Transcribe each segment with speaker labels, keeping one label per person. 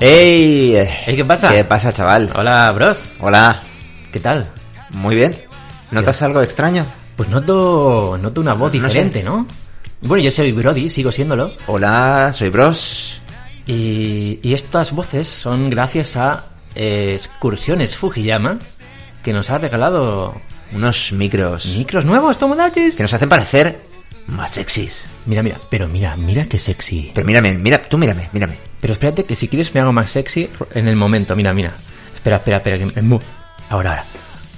Speaker 1: ¡Ey! eh,
Speaker 2: Ey, ¿qué pasa?
Speaker 1: ¿Qué pasa, chaval?
Speaker 2: Ah. Hola, bros.
Speaker 1: Hola.
Speaker 2: ¿Qué tal?
Speaker 1: Muy bien. ¿Notas algo extraño?
Speaker 2: Pues noto, noto una voz diferente, ¿no? Bueno, yo soy Brody, sigo siéndolo.
Speaker 1: Hola, soy Bros.
Speaker 2: Y, y estas voces son gracias a eh, Excursiones Fujiyama, que nos ha regalado
Speaker 1: Unos micros
Speaker 2: micros nuevos, Tomodachi.
Speaker 1: que nos hacen parecer más sexys.
Speaker 2: Mira, mira, pero mira, mira qué sexy.
Speaker 1: Pero mírame, mira, tú mírame, mírame.
Speaker 2: Pero espérate, que si quieres me hago más sexy en el momento. Mira, mira. Espera, espera, espera. Que me- mu- Ahora, ahora.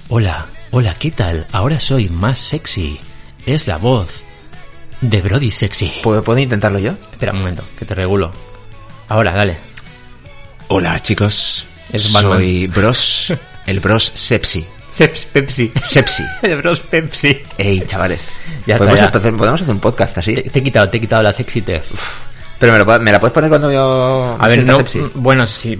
Speaker 2: Hola, hola, ¿qué tal? Ahora soy más sexy. Es la voz de Brody Sexy.
Speaker 1: ¿Puedo, puedo intentarlo yo?
Speaker 2: Espera un momento, que te regulo. Ahora, dale.
Speaker 1: Hola, chicos.
Speaker 2: Es Batman.
Speaker 1: soy Bros. El Bros Sepsi.
Speaker 2: Seps, Pepsi.
Speaker 1: Sepsi.
Speaker 2: El Bros Pepsi.
Speaker 1: Ey, chavales.
Speaker 2: Ya está,
Speaker 1: ¿Podemos,
Speaker 2: ya.
Speaker 1: Hacer, podemos hacer un podcast así.
Speaker 2: Te, te he quitado, te he quitado la sexy tef.
Speaker 1: Pero me, lo pu- me la puedes poner cuando yo.
Speaker 2: A ver,
Speaker 1: sienta
Speaker 2: no.
Speaker 1: Sepsi?
Speaker 2: Bueno, si,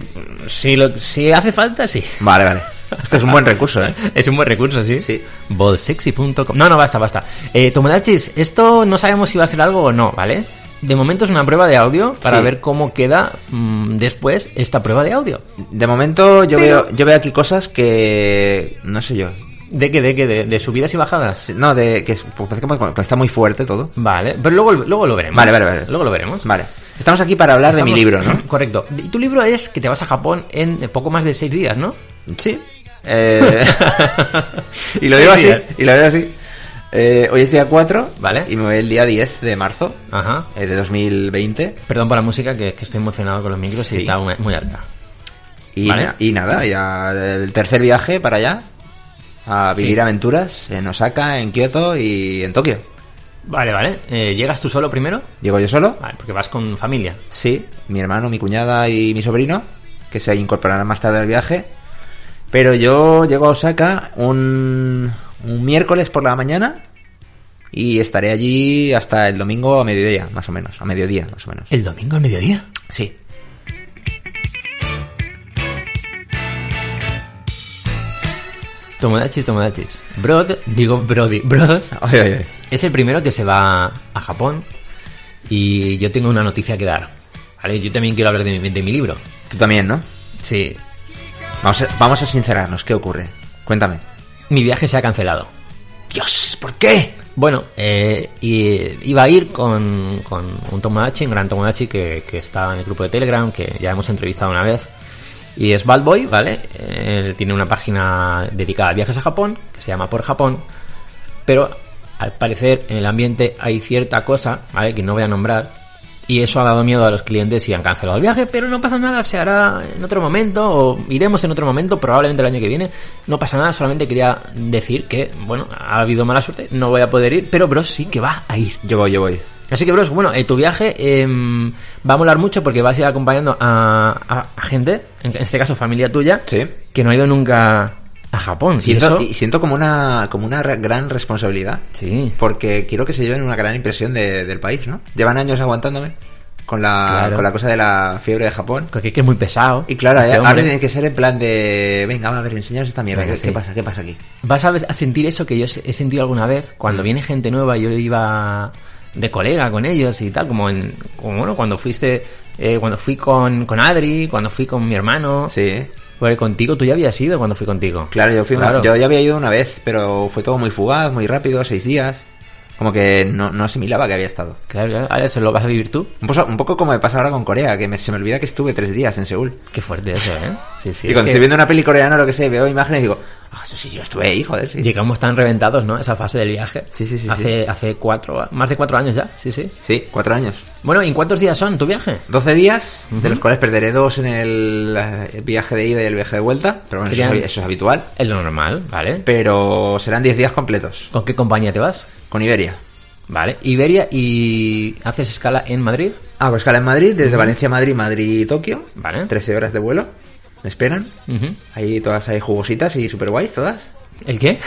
Speaker 2: si, lo, si hace falta, sí.
Speaker 1: Vale, vale. Esto es un buen recurso, ¿eh?
Speaker 2: Es un buen recurso, sí.
Speaker 1: Sí.
Speaker 2: Bolsexy.com. No, no, basta, basta. Eh, Tomodachis, esto no sabemos si va a ser algo o no, ¿vale? De momento es una prueba de audio para
Speaker 1: Sí.
Speaker 2: ver cómo queda mm, después esta prueba de audio.
Speaker 1: De momento yo
Speaker 2: Pero-
Speaker 1: veo yo veo aquí cosas que no sé yo.
Speaker 2: ¿De qué? ¿De qué? ¿De, de subidas y bajadas?
Speaker 1: No, de que es- pues parece como- como que está muy fuerte todo.
Speaker 2: Vale, pero luego, luego lo veremos.
Speaker 1: Vale, vale, vale.
Speaker 2: Luego lo veremos.
Speaker 1: Vale. Estamos aquí para hablar de mi libro,
Speaker 2: Estamos-
Speaker 1: ¿no?
Speaker 2: Correcto. Y tu libro es que te vas a Japón en poco más de seis días, ¿no?
Speaker 1: Sí. Eh, y lo digo así,
Speaker 2: Sí, bien.
Speaker 1: y lo digo así. Eh, hoy es día 4,
Speaker 2: Vale.
Speaker 1: Y me voy el día 10 de marzo
Speaker 2: Ajá.
Speaker 1: eh, de 2020.
Speaker 2: Perdón por la música, que, que estoy emocionado con los micros y
Speaker 1: Sí.
Speaker 2: está muy, muy alta.
Speaker 1: Y,
Speaker 2: Vale.
Speaker 1: na- y nada, ya el tercer viaje para allá. A vivir
Speaker 2: Sí.
Speaker 1: aventuras en Osaka, en Kioto y en Tokio.
Speaker 2: Vale, vale. Eh, ¿Llegas tú solo primero?
Speaker 1: Llego yo solo.
Speaker 2: Vale, porque vas con familia.
Speaker 1: Sí, mi hermano, mi cuñada y mi sobrino, que se incorporarán más tarde al viaje. Pero yo llego a Osaka un, un miércoles por la mañana y estaré allí hasta el domingo a mediodía, más o menos. A mediodía, más o menos.
Speaker 2: ¿El domingo al mediodía?
Speaker 1: Sí.
Speaker 2: Tomodachis, Tomodachis. Brod, digo Brody, Bros,
Speaker 1: Oye, oye, oye.
Speaker 2: es el primero que se va a Japón y yo tengo una noticia que dar. Vale, yo también quiero hablar de mi, de mi libro.
Speaker 1: Tú también, ¿no?
Speaker 2: Sí,
Speaker 1: Vamos a, vamos a sincerarnos, ¿qué ocurre? Cuéntame.
Speaker 2: mi viaje se ha cancelado.
Speaker 1: Dios, ¿por qué?
Speaker 2: Bueno, eh, y, iba a ir con, con un Tomodachi, un gran Tomodachi que, que está en el grupo de Telegram, que ya hemos entrevistado una vez. Y es Bad Boy, ¿vale? Él tiene una página dedicada a viajes a Japón, que se llama Por Japón. Pero al parecer en el ambiente hay cierta cosa, ¿vale? Que no voy a nombrar. Y eso ha dado miedo a los clientes y han cancelado el viaje, pero no pasa nada, se hará en otro momento o iremos en otro momento, probablemente el año que viene. No pasa nada, solamente quería decir que, bueno, ha habido mala suerte, no voy a poder ir, pero Bros sí que va a ir.
Speaker 1: Yo voy, yo voy.
Speaker 2: Así que, Bros, bueno, eh, tu viaje em, va a molar mucho porque vas a ir acompañando a, a- a gente, en este caso familia tuya,
Speaker 1: Sí.
Speaker 2: que no ha ido nunca a Japón. Y
Speaker 1: Siento,
Speaker 2: eso-
Speaker 1: y siento como una, como una re- gran responsabilidad.
Speaker 2: Sí.
Speaker 1: Porque quiero que se lleven una gran impresión de- del país, ¿no? Llevan años aguantándome con la,
Speaker 2: Claro.
Speaker 1: con la cosa de la fiebre de Japón.
Speaker 2: Porque es que es muy pesado.
Speaker 1: Y claro,
Speaker 2: este
Speaker 1: eh, ahora
Speaker 2: hombre.
Speaker 1: tiene que ser en plan de... Venga, va, a ver, enseñaros esta mierda.
Speaker 2: Venga,
Speaker 1: ¿Qué,
Speaker 2: sí.
Speaker 1: qué pasa? ¿Qué pasa aquí?
Speaker 2: Vas a, a sentir eso que yo he sentido alguna vez cuando viene gente nueva. Yo iba de colega con ellos y tal, como en, como, bueno, cuando fuiste, eh, cuando fui con, con Adri, cuando fui con mi hermano.
Speaker 1: Sí. ¿eh?
Speaker 2: Porque contigo tú ya habías ido cuando fui contigo.
Speaker 1: Claro, yo, fui una-
Speaker 2: Claro.
Speaker 1: yo ya había ido una vez, pero fue todo muy fugaz, muy rápido, seis días. Como que no, no asimilaba que había estado.
Speaker 2: Claro, claro. Ahora eso lo vas a vivir tú.
Speaker 1: Un poco, un poco como me pasa ahora con Corea, que me- se me olvida que estuve tres días en Seúl.
Speaker 2: Qué fuerte eso, ¿eh? Sí, sí.
Speaker 1: y
Speaker 2: es
Speaker 1: cuando
Speaker 2: que
Speaker 1: estoy viendo una peli coreana o lo que sea, y veo imágenes y digo... Ah, eso sí, yo estuve ahí, joder, sí.
Speaker 2: Llegamos tan reventados, ¿no? Esa fase del viaje.
Speaker 1: Sí, sí, sí,
Speaker 2: Hace, hace cuatro, más de cuatro años ya. Sí, sí.
Speaker 1: Sí, cuatro años.
Speaker 2: Bueno, ¿y en cuántos días son tu viaje?
Speaker 1: 12 días, de los cuales perderé dos en el eh, viaje de ida y el viaje de vuelta, pero bueno, eso,
Speaker 2: Serían-
Speaker 1: es, eso es habitual.
Speaker 2: Es lo normal, ¿vale?
Speaker 1: Pero serán 10 días completos,
Speaker 2: ¿Con qué compañía te vas?
Speaker 1: con Iberia.
Speaker 2: Vale, Iberia y haces escala en Madrid.
Speaker 1: Hago escala en Madrid, desde Valencia a Madrid, Madrid-Tokio,
Speaker 2: Vale.
Speaker 1: 13 horas de vuelo. me esperan.
Speaker 2: Ujú.
Speaker 1: Ahí todas hay jugositas y super guays todas.
Speaker 2: ¿El qué?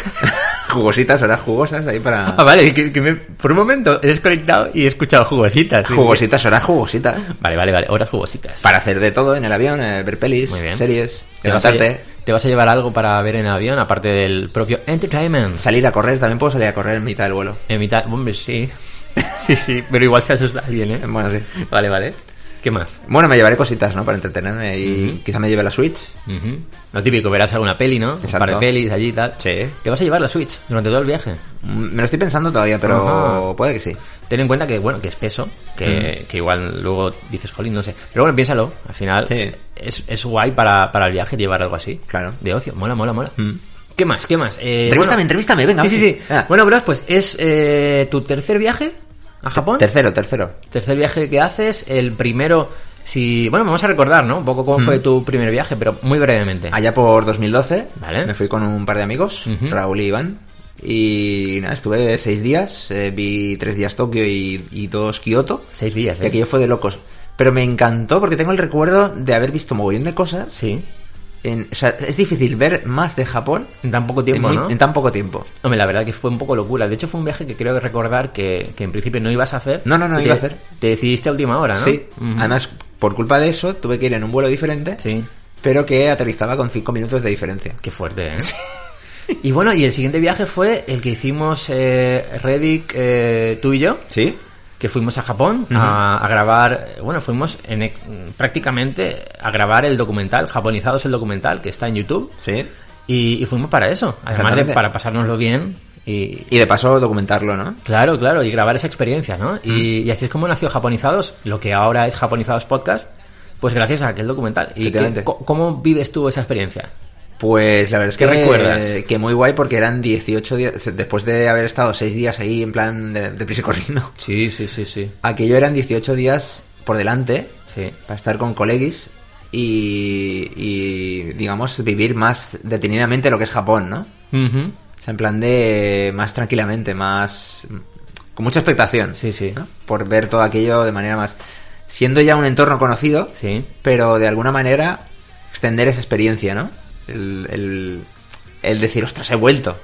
Speaker 1: jugositas, horas jugosas ahí para...
Speaker 2: Ah, vale, que, que me- por un momento he desconectado y he escuchado jugositas.
Speaker 1: Jugositas, horas jugositas.
Speaker 2: Vale, vale, vale, horas jugositas.
Speaker 1: Para hacer de todo en el avión, eh, ver pelis,
Speaker 2: Muy bien.
Speaker 1: series,
Speaker 2: ¿Te vas, a,
Speaker 1: levantarte,
Speaker 2: te vas a llevar algo para ver en el avión, aparte del propio entertainment?
Speaker 1: salir a correr. También puedo salir a correr en mitad del vuelo.
Speaker 2: En mitad, hombre, sí. Sí, sí, pero igual se asusta alguien, ¿eh?
Speaker 1: Bueno, sí.
Speaker 2: Vale, vale. ¿Qué más?
Speaker 1: Bueno, me llevaré cositas, ¿no? Para entretenerme y
Speaker 2: Ujú.
Speaker 1: quizá me lleve la Switch.
Speaker 2: Ujú. Lo típico, verás alguna peli, ¿no?
Speaker 1: Exacto.
Speaker 2: Un par de pelis allí y tal.
Speaker 1: Sí.
Speaker 2: Te vas a llevar la Switch durante todo el viaje.
Speaker 1: Mm, Me lo estoy pensando todavía, pero
Speaker 2: Ajá.
Speaker 1: puede que sí.
Speaker 2: Ten en cuenta que, bueno, que es peso,
Speaker 1: Mm.
Speaker 2: que, que igual luego dices, jolín, no sé. Pero bueno, piénsalo, al final
Speaker 1: Sí.
Speaker 2: es, es guay para, para el viaje llevar algo así.
Speaker 1: Claro. Mm.
Speaker 2: De ocio, mola, mola, mola. ¿Qué más? ¿Qué más? Eh,
Speaker 1: Entrevístame,
Speaker 2: bueno,
Speaker 1: entrevístame, venga, Ah.
Speaker 2: Sí, sí,
Speaker 1: oye.
Speaker 2: sí.
Speaker 1: Venga.
Speaker 2: Bueno, bros, pues es eh, tu tercer viaje a Japón.
Speaker 1: Tercero, tercero.
Speaker 2: Tercer viaje que haces, el primero, si... Bueno, vamos a recordar, ¿no? Un poco cómo
Speaker 1: Mm.
Speaker 2: fue tu primer viaje, pero muy brevemente.
Speaker 1: Allá por 2012,
Speaker 2: Vale.
Speaker 1: me fui con un par de amigos,
Speaker 2: Ujú.
Speaker 1: Raúl y Iván. Y nada, estuve seis días, eh, vi tres días Tokio y, y dos Kioto.
Speaker 2: Seis días,
Speaker 1: Y
Speaker 2: ¿eh?
Speaker 1: aquello fue de locos. Pero me encantó porque tengo el recuerdo de haber visto mogollón de cosas.
Speaker 2: Sí.
Speaker 1: En- o sea, es difícil ver más de Japón
Speaker 2: En tan poco
Speaker 1: en,
Speaker 2: tiempo,
Speaker 1: muy-
Speaker 2: ¿no?
Speaker 1: en tan poco tiempo.
Speaker 2: Hombre, la verdad que fue un poco locura. De hecho, fue un viaje que creo que recordar que, que en principio no ibas a hacer.
Speaker 1: No, no, no
Speaker 2: Y
Speaker 1: iba
Speaker 2: te-
Speaker 1: a hacer.
Speaker 2: Te decidiste a última hora, ¿no?
Speaker 1: Sí,
Speaker 2: Ujú.
Speaker 1: además, por culpa de eso, tuve que ir en un vuelo diferente,
Speaker 2: Sí.
Speaker 1: pero que aterrizaba con cinco minutos de diferencia.
Speaker 2: Qué fuerte, ¿eh? y bueno, y el siguiente viaje fue el que hicimos eh, Reddick, eh, tú y yo.
Speaker 1: ¿Sí?
Speaker 2: que fuimos a Japón
Speaker 1: Ujú.
Speaker 2: a, a grabar, eh, bueno, fuimos en, ex- prácticamente a grabar el documental, Japonizados el documental, que está en YouTube,
Speaker 1: Sí.
Speaker 2: y, y fuimos para eso, además de
Speaker 1: Exactamente.
Speaker 2: para pasárnoslo bien y...
Speaker 1: Y de paso documentarlo, ¿no?
Speaker 2: Claro, claro, y grabar esa experiencia, ¿no?
Speaker 1: Mm.
Speaker 2: Y, y así es como nació Japonizados, lo que ahora es Japonizados Podcast, pues gracias a aquel documental. ¿Y qué-
Speaker 1: Efectivamente.
Speaker 2: co- cómo vives tú esa experiencia?
Speaker 1: Pues la verdad es que
Speaker 2: ¿Qué recuerdas?
Speaker 1: Que muy guay porque eran 18 días, o sea, después de haber estado 6 días ahí en plan de, de prisa y corriendo.
Speaker 2: Sí, sí, sí, sí.
Speaker 1: Aquello eran 18 días por delante
Speaker 2: Sí.
Speaker 1: para estar con colegis y, y, digamos, vivir más detenidamente lo que es Japón, ¿no?
Speaker 2: Ujú.
Speaker 1: O sea, en plan de más tranquilamente, más... con mucha expectación.
Speaker 2: Sí, sí.
Speaker 1: ¿no? Por ver todo aquello de manera más... Siendo ya un entorno conocido,
Speaker 2: Sí.
Speaker 1: pero de alguna manera extender esa experiencia, ¿no? El, el- el decir, ostras, he vuelto.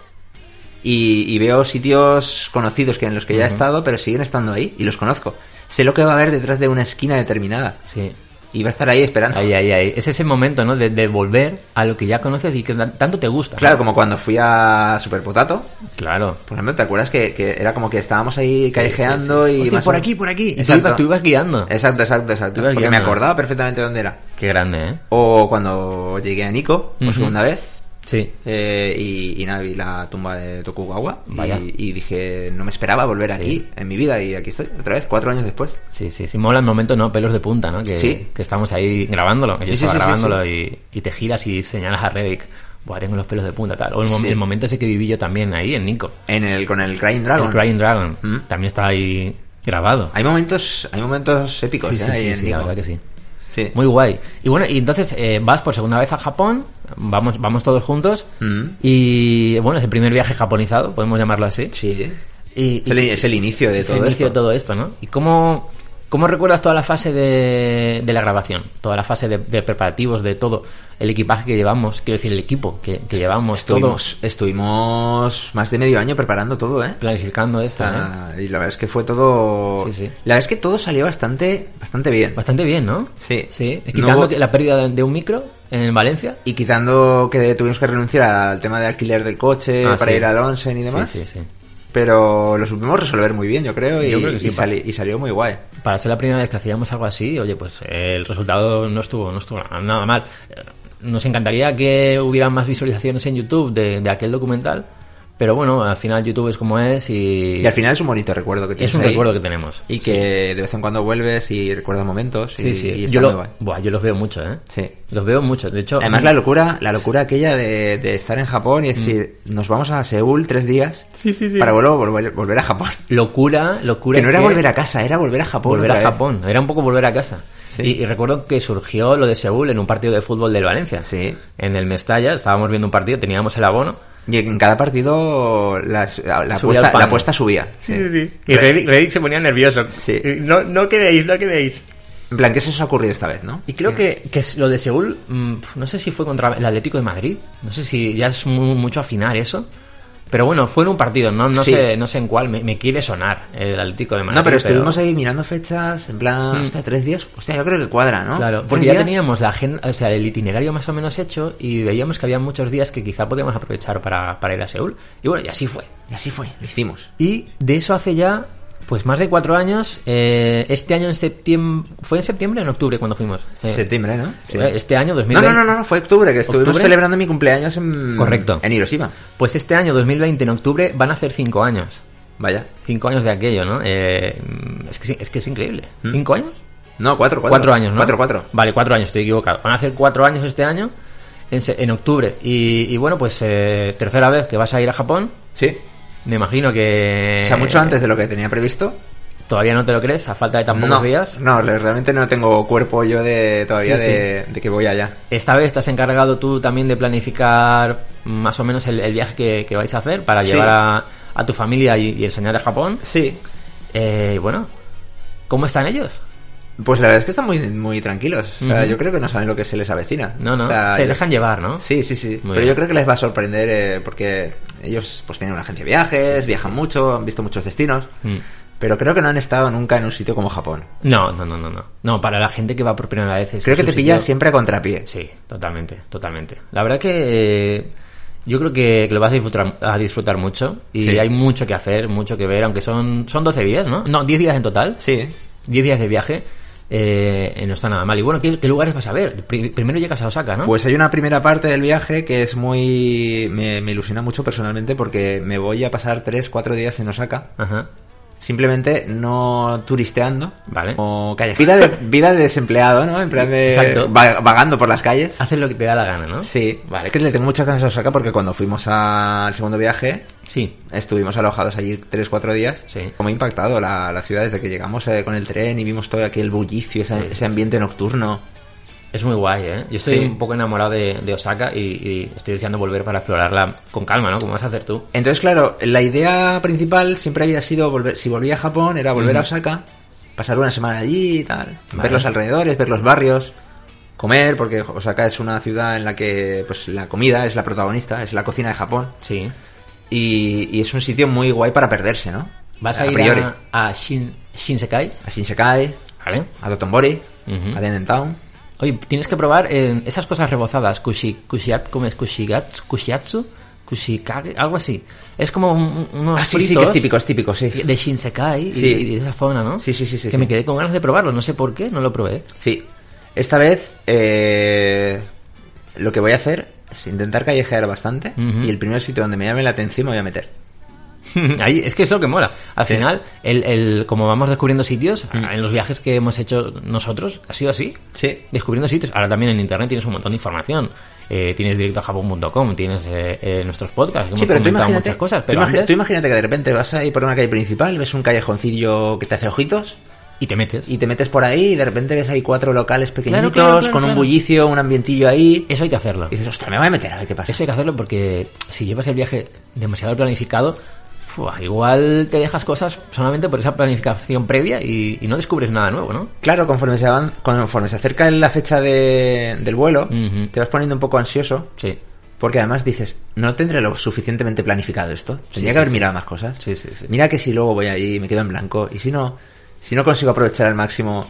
Speaker 1: Y, y veo sitios conocidos que en los que ya he
Speaker 2: Ujú.
Speaker 1: estado, pero siguen estando ahí y los conozco. Sé lo que va a haber detrás de una esquina determinada.
Speaker 2: Sí.
Speaker 1: Y va a estar ahí esperando.
Speaker 2: Ahí, ahí, ahí. Es ese momento, ¿no? De, de volver a lo que ya conoces y que tan- tanto te gusta.
Speaker 1: Claro, como cuando fui a Super Potato,
Speaker 2: Claro.
Speaker 1: por ejemplo, ¿te acuerdas que, que era como que estábamos ahí callejeando
Speaker 2: sí, sí.
Speaker 1: y...
Speaker 2: Hostia,
Speaker 1: más
Speaker 2: por
Speaker 1: o-
Speaker 2: aquí, por aquí. Y tú
Speaker 1: Exacto.
Speaker 2: ibas- tú ibas guiando.
Speaker 1: Exacto, exacto,
Speaker 2: Tú
Speaker 1: exacto.
Speaker 2: ibas
Speaker 1: Porque me
Speaker 2: guiando.
Speaker 1: acordaba perfectamente dónde era.
Speaker 2: Qué grande, ¿eh?
Speaker 1: O cuando llegué a Nico, por
Speaker 2: Ujú.
Speaker 1: segunda vez,
Speaker 2: Sí.
Speaker 1: Eh, y, y nada, vi la tumba de Tokugawa y-
Speaker 2: Vaya.
Speaker 1: y, dije, no me esperaba volver
Speaker 2: Sí.
Speaker 1: aquí en mi vida y aquí estoy, otra vez, cuatro años después.
Speaker 2: Sí, sí, sí. Mola el momento, ¿no? Pelos de punta, ¿no? Que,
Speaker 1: Sí.
Speaker 2: que estamos ahí grabándolo. que Yo
Speaker 1: Sí, sí,
Speaker 2: estaba
Speaker 1: sí, sí,
Speaker 2: grabándolo Y, y te giras y señalas a Reddick. Buah, tengo los pelos de punta, tal. O el, mom-
Speaker 1: Sí.
Speaker 2: el momento ese que viví yo también ahí en Nico.
Speaker 1: En el, con el Crying Dragon.
Speaker 2: El Crying Dragon.
Speaker 1: Mm.
Speaker 2: También está ahí grabado.
Speaker 1: Hay momentos, hay momentos épicos,
Speaker 2: sí,
Speaker 1: ¿eh?
Speaker 2: sí,
Speaker 1: ahí
Speaker 2: sí,
Speaker 1: en
Speaker 2: sí, la
Speaker 1: Nico.
Speaker 2: verdad que sí.
Speaker 1: Sí.
Speaker 2: Muy guay. Y bueno, y entonces eh, vas por segunda vez a Japón, vamos, vamos todos juntos.
Speaker 1: Mm.
Speaker 2: Y bueno, es el primer viaje japonizado, podemos llamarlo así.
Speaker 1: Sí.
Speaker 2: Y,
Speaker 1: Es el,
Speaker 2: y-
Speaker 1: es el inicio de
Speaker 2: es el
Speaker 1: todo
Speaker 2: inicio de
Speaker 1: esto.
Speaker 2: todo esto, ¿no? ¿Y cómo, cómo recuerdas toda la fase de, de la grabación? Toda la fase de, de preparativos, de todo. El equipaje que llevamos, quiero decir, el equipo que, que llevamos, todo.
Speaker 1: Estuvimos, estuvimos más de medio año preparando todo, ¿eh?
Speaker 2: Planificando
Speaker 1: O
Speaker 2: esto, ¿eh?
Speaker 1: sea, Y la verdad es que fue todo...
Speaker 2: Sí, sí.
Speaker 1: La verdad es que todo salió bastante, bastante bien.
Speaker 2: Bastante bien, ¿no?
Speaker 1: Sí.
Speaker 2: Sí.
Speaker 1: No
Speaker 2: Quitando
Speaker 1: hubo-
Speaker 2: que la pérdida de- de un micro en Valencia.
Speaker 1: Y quitando que tuvimos que renunciar al tema de alquiler del coche
Speaker 2: Ah,
Speaker 1: para
Speaker 2: sí.
Speaker 1: ir al Onsen y demás.
Speaker 2: Sí, sí, sí.
Speaker 1: Pero lo supimos resolver muy bien, yo creo, y,
Speaker 2: Yo creo que sí,
Speaker 1: y sali- y salió muy guay.
Speaker 2: Para ser la primera vez que hacíamos algo así, oye, pues eh, el resultado no estuvo, no estuvo na- nada mal. Eh, Nos encantaría que hubiera más visualizaciones en YouTube de, de aquel documental, pero bueno, al final YouTube es como es y,
Speaker 1: Y al final es un bonito recuerdo que tienes.
Speaker 2: es un
Speaker 1: ahí,
Speaker 2: recuerdo que tenemos.
Speaker 1: Y que de vez en cuando vuelves y recuerdas momentos.
Speaker 2: Sí,
Speaker 1: y,
Speaker 2: sí,
Speaker 1: y está
Speaker 2: yo,
Speaker 1: muy
Speaker 2: lo-
Speaker 1: guay.
Speaker 2: buah, yo los veo mucho, ¿eh?
Speaker 1: Sí.
Speaker 2: Los veo mucho, de hecho...
Speaker 1: Además, la locura, la locura aquella de, de estar en Japón y decir, nos vamos a Seúl tres días para luego volver, volver a Japón.
Speaker 2: Locura, locura...
Speaker 1: Que no era
Speaker 2: que-
Speaker 1: volver a casa, era volver a Japón.
Speaker 2: Volver
Speaker 1: otra
Speaker 2: a
Speaker 1: vez.
Speaker 2: Japón, era un poco volver a casa.
Speaker 1: Sí.
Speaker 2: Y, y recuerdo que surgió lo de Seúl en un partido de fútbol del Valencia.
Speaker 1: Sí.
Speaker 2: En el Mestalla, estábamos viendo un partido, teníamos el abono.
Speaker 1: Y en cada partido las- la, la
Speaker 2: Subía
Speaker 1: apuesta,
Speaker 2: al pan.
Speaker 1: la apuesta subía.
Speaker 2: Y Reddick, Reddick se ponía nervioso.
Speaker 1: Sí.
Speaker 2: No, no quedéis, no quedéis.
Speaker 1: En plan, ¿qué se os ha ocurrido esta vez, no?
Speaker 2: Y creo que, que es lo de Seúl, mm, pf, no sé si fue contra el Atlético de Madrid, no sé si ya es mu- mucho afinar eso, pero bueno, fue en un partido, no, no,
Speaker 1: Sí.
Speaker 2: sé, no sé en cuál, me, me quiere sonar el Atlético de Madrid.
Speaker 1: No, pero estuvimos ahí mirando fechas, en plan, hostia, tres días. Hostia, yo creo que cuadra, ¿no?
Speaker 2: Mm. Claro,
Speaker 1: ¿Tres
Speaker 2: porque ya
Speaker 1: días?
Speaker 2: teníamos la agenda, o sea, el itinerario más o menos hecho y veíamos que había muchos días que quizá podíamos aprovechar para, para ir a Seúl. Y bueno, y así fue.
Speaker 1: Y así fue, lo hicimos.
Speaker 2: Y de eso hace ya, pues más de cuatro años. eh, este año en septiembre. ¿Fue en septiembre o en octubre cuando fuimos? Eh,
Speaker 1: Septiembre, ¿no? Sí.
Speaker 2: eh, Este año,
Speaker 1: No,
Speaker 2: 2020.
Speaker 1: no, no, no, no, fue octubre, que estuvimos
Speaker 2: ¿Octubre?
Speaker 1: celebrando mi cumpleaños en...
Speaker 2: Correcto.
Speaker 1: En Hiroshima.
Speaker 2: Pues este año, 2020, en octubre, van a hacer cinco años.
Speaker 1: Vaya.
Speaker 2: Cinco años de aquello, ¿no? Eh, es, que, es que es increíble. ¿Cinco años?
Speaker 1: No, ¿Mm? cuatro, cuatro.
Speaker 2: Cuatro años, ¿no?
Speaker 1: Cuatro, cuatro.
Speaker 2: Vale, cuatro años, estoy equivocado. Van a hacer cuatro años este año, en, se- en octubre. Y, y bueno, pues eh, tercera vez que vas a ir a Japón.
Speaker 1: Sí.
Speaker 2: Me imagino que...
Speaker 1: O sea, mucho antes de lo que tenía previsto.
Speaker 2: Todavía no te lo crees, a falta de tan pocos
Speaker 1: no,
Speaker 2: días.
Speaker 1: No, le- realmente no tengo cuerpo yo de todavía
Speaker 2: Sí,
Speaker 1: de, de que voy allá.
Speaker 2: Esta vez te has encargado tú también de planificar más o menos el, el viaje que, que vais a hacer para
Speaker 1: Sí.
Speaker 2: llevar a, a tu familia y, y enseñar a Japón.
Speaker 1: Sí.
Speaker 2: Eh, bueno, ¿cómo están ellos?
Speaker 1: Pues la verdad es que están muy, muy tranquilos. O sea,
Speaker 2: Ujú.
Speaker 1: yo creo que no saben lo que se les avecina.
Speaker 2: No, no,
Speaker 1: O sea,
Speaker 2: se
Speaker 1: ellos-
Speaker 2: dejan llevar, ¿no?
Speaker 1: Sí, sí, sí. Pero
Speaker 2: Muy bien.
Speaker 1: yo creo que les va a sorprender eh, porque ellos pues tienen una agencia de viajes, viajan mucho, han visto muchos destinos.
Speaker 2: Mm.
Speaker 1: Pero creo que no han estado nunca en un sitio como Japón.
Speaker 2: No, no, no, no, no. No, para la gente que va por primera vez. es-
Speaker 1: Creo que
Speaker 2: es
Speaker 1: te
Speaker 2: un
Speaker 1: pilla
Speaker 2: sitio-
Speaker 1: siempre a contrapié.
Speaker 2: Sí, totalmente, totalmente. La verdad que eh, yo creo que, que lo vas a disfrutar, a disfrutar mucho y
Speaker 1: Sí.
Speaker 2: hay mucho que hacer, mucho que ver, aunque son, son 12 días, ¿no? No, 10 días en total.
Speaker 1: Sí.
Speaker 2: 10 días de viaje. eh, eh, no está nada mal. Y bueno, ¿qué, qué lugares vas a ver? Pri- primero llegas a Osaka, ¿no?
Speaker 1: Pues hay una primera parte del viaje que es muy... Me, me ilusiona mucho personalmente porque me voy a pasar 3, 4 días en Osaka.
Speaker 2: Ajá.
Speaker 1: Simplemente no turisteando.
Speaker 2: Vale.
Speaker 1: O calle. Vida de, vida de desempleado, ¿no? En plan de...
Speaker 2: Exacto.
Speaker 1: va- vagando por las calles.
Speaker 2: Haces lo que te da la gana, ¿no?
Speaker 1: Sí. Ah, Vale, que le tengo muchas ganas a Osaka porque cuando fuimos al segundo viaje...
Speaker 2: Sí.
Speaker 1: Estuvimos alojados allí 3-4 días.
Speaker 2: Sí.
Speaker 1: Como impactado la, la ciudad desde que llegamos eh, con el tren y vimos todo aquel bullicio, esa-
Speaker 2: Sí.
Speaker 1: ese ambiente nocturno.
Speaker 2: Es muy guay, ¿eh? Yo estoy
Speaker 1: Sí.
Speaker 2: un poco enamorado de, de Osaka y, y estoy deseando volver para explorarla con calma, ¿no? Como vas a hacer tú.
Speaker 1: Entonces, claro, la idea principal siempre había sido, volver, si volvía a Japón, era volver a Osaka, pasar una semana allí y tal,
Speaker 2: Vale.
Speaker 1: ver los alrededores, ver los barrios, comer, porque Osaka es una ciudad en la que pues, la comida es la protagonista, es la cocina de Japón,
Speaker 2: Sí.
Speaker 1: y, y es un sitio muy guay para perderse, ¿no?
Speaker 2: Vas a, ir
Speaker 1: priori.
Speaker 2: a, a Shin, Shinsekai,
Speaker 1: A Shinsekai,
Speaker 2: ¿vale?
Speaker 1: a Dotonbori,
Speaker 2: Ujú.
Speaker 1: a Denden Town.
Speaker 2: Oye, tienes que probar eh, esas cosas rebozadas. Kushi, kushiat, ¿cómo es? Kushigatsu, kushiatsu, kushikage, algo así. Es como un- unos
Speaker 1: Ah, sí, sí,
Speaker 2: fritos
Speaker 1: que es típico, es típico, sí.
Speaker 2: de Shinsekai y-
Speaker 1: Sí.
Speaker 2: y, de esa zona, ¿no?
Speaker 1: Sí, sí, sí, sí,
Speaker 2: Que
Speaker 1: sí.
Speaker 2: me quedé con ganas de probarlo, no sé por qué, no lo probé.
Speaker 1: Sí. Esta vez eh, lo que voy a hacer es intentar callejear bastante
Speaker 2: Ujú.
Speaker 1: y el primer sitio donde me llame la atención me voy a meter.
Speaker 2: Ahí, es que es lo que mola. Al
Speaker 1: Sí.
Speaker 2: final, el, el, como vamos descubriendo sitios, en los viajes que hemos hecho nosotros, ha sido así.
Speaker 1: Sí.
Speaker 2: descubriendo sitios. Ahora también en internet tienes un montón de información. Eh, tienes directo a japón.com, tienes eh, eh, nuestros podcasts, que
Speaker 1: Sí,
Speaker 2: hemos
Speaker 1: pero tú
Speaker 2: comentado
Speaker 1: imagínate,
Speaker 2: muchas cosas,
Speaker 1: tú
Speaker 2: pero
Speaker 1: imagi-
Speaker 2: antes-
Speaker 1: tú imagínate que de repente vas ahí por una calle principal, ves un callejoncillo que te hace ojitos
Speaker 2: y te metes.
Speaker 1: y te metes por ahí y de repente ves ahí cuatro locales pequeñitos
Speaker 2: Claro, claro, claro,
Speaker 1: con un
Speaker 2: claro.
Speaker 1: bullicio, un ambientillo ahí.
Speaker 2: Eso hay que hacerlo.
Speaker 1: Y dices, ostras, me voy a meter, a ver qué pasa.
Speaker 2: Eso hay que hacerlo porque si llevas el viaje demasiado planificado, fua, igual te dejas cosas solamente por esa planificación previa y, y no descubres nada nuevo, ¿no?
Speaker 1: Claro, conforme se, avan- conforme se acerca la fecha de- del vuelo,
Speaker 2: Ujú.
Speaker 1: te vas poniendo un poco ansioso.
Speaker 2: Sí,
Speaker 1: Porque además dices, no tendré lo suficientemente planificado esto. Tendría que
Speaker 2: sí,
Speaker 1: haber
Speaker 2: sí.
Speaker 1: mirado más cosas.
Speaker 2: Sí, sí, sí.
Speaker 1: Mira que si luego voy ahí y me quedo en blanco. Y si no, si no consigo aprovechar al máximo.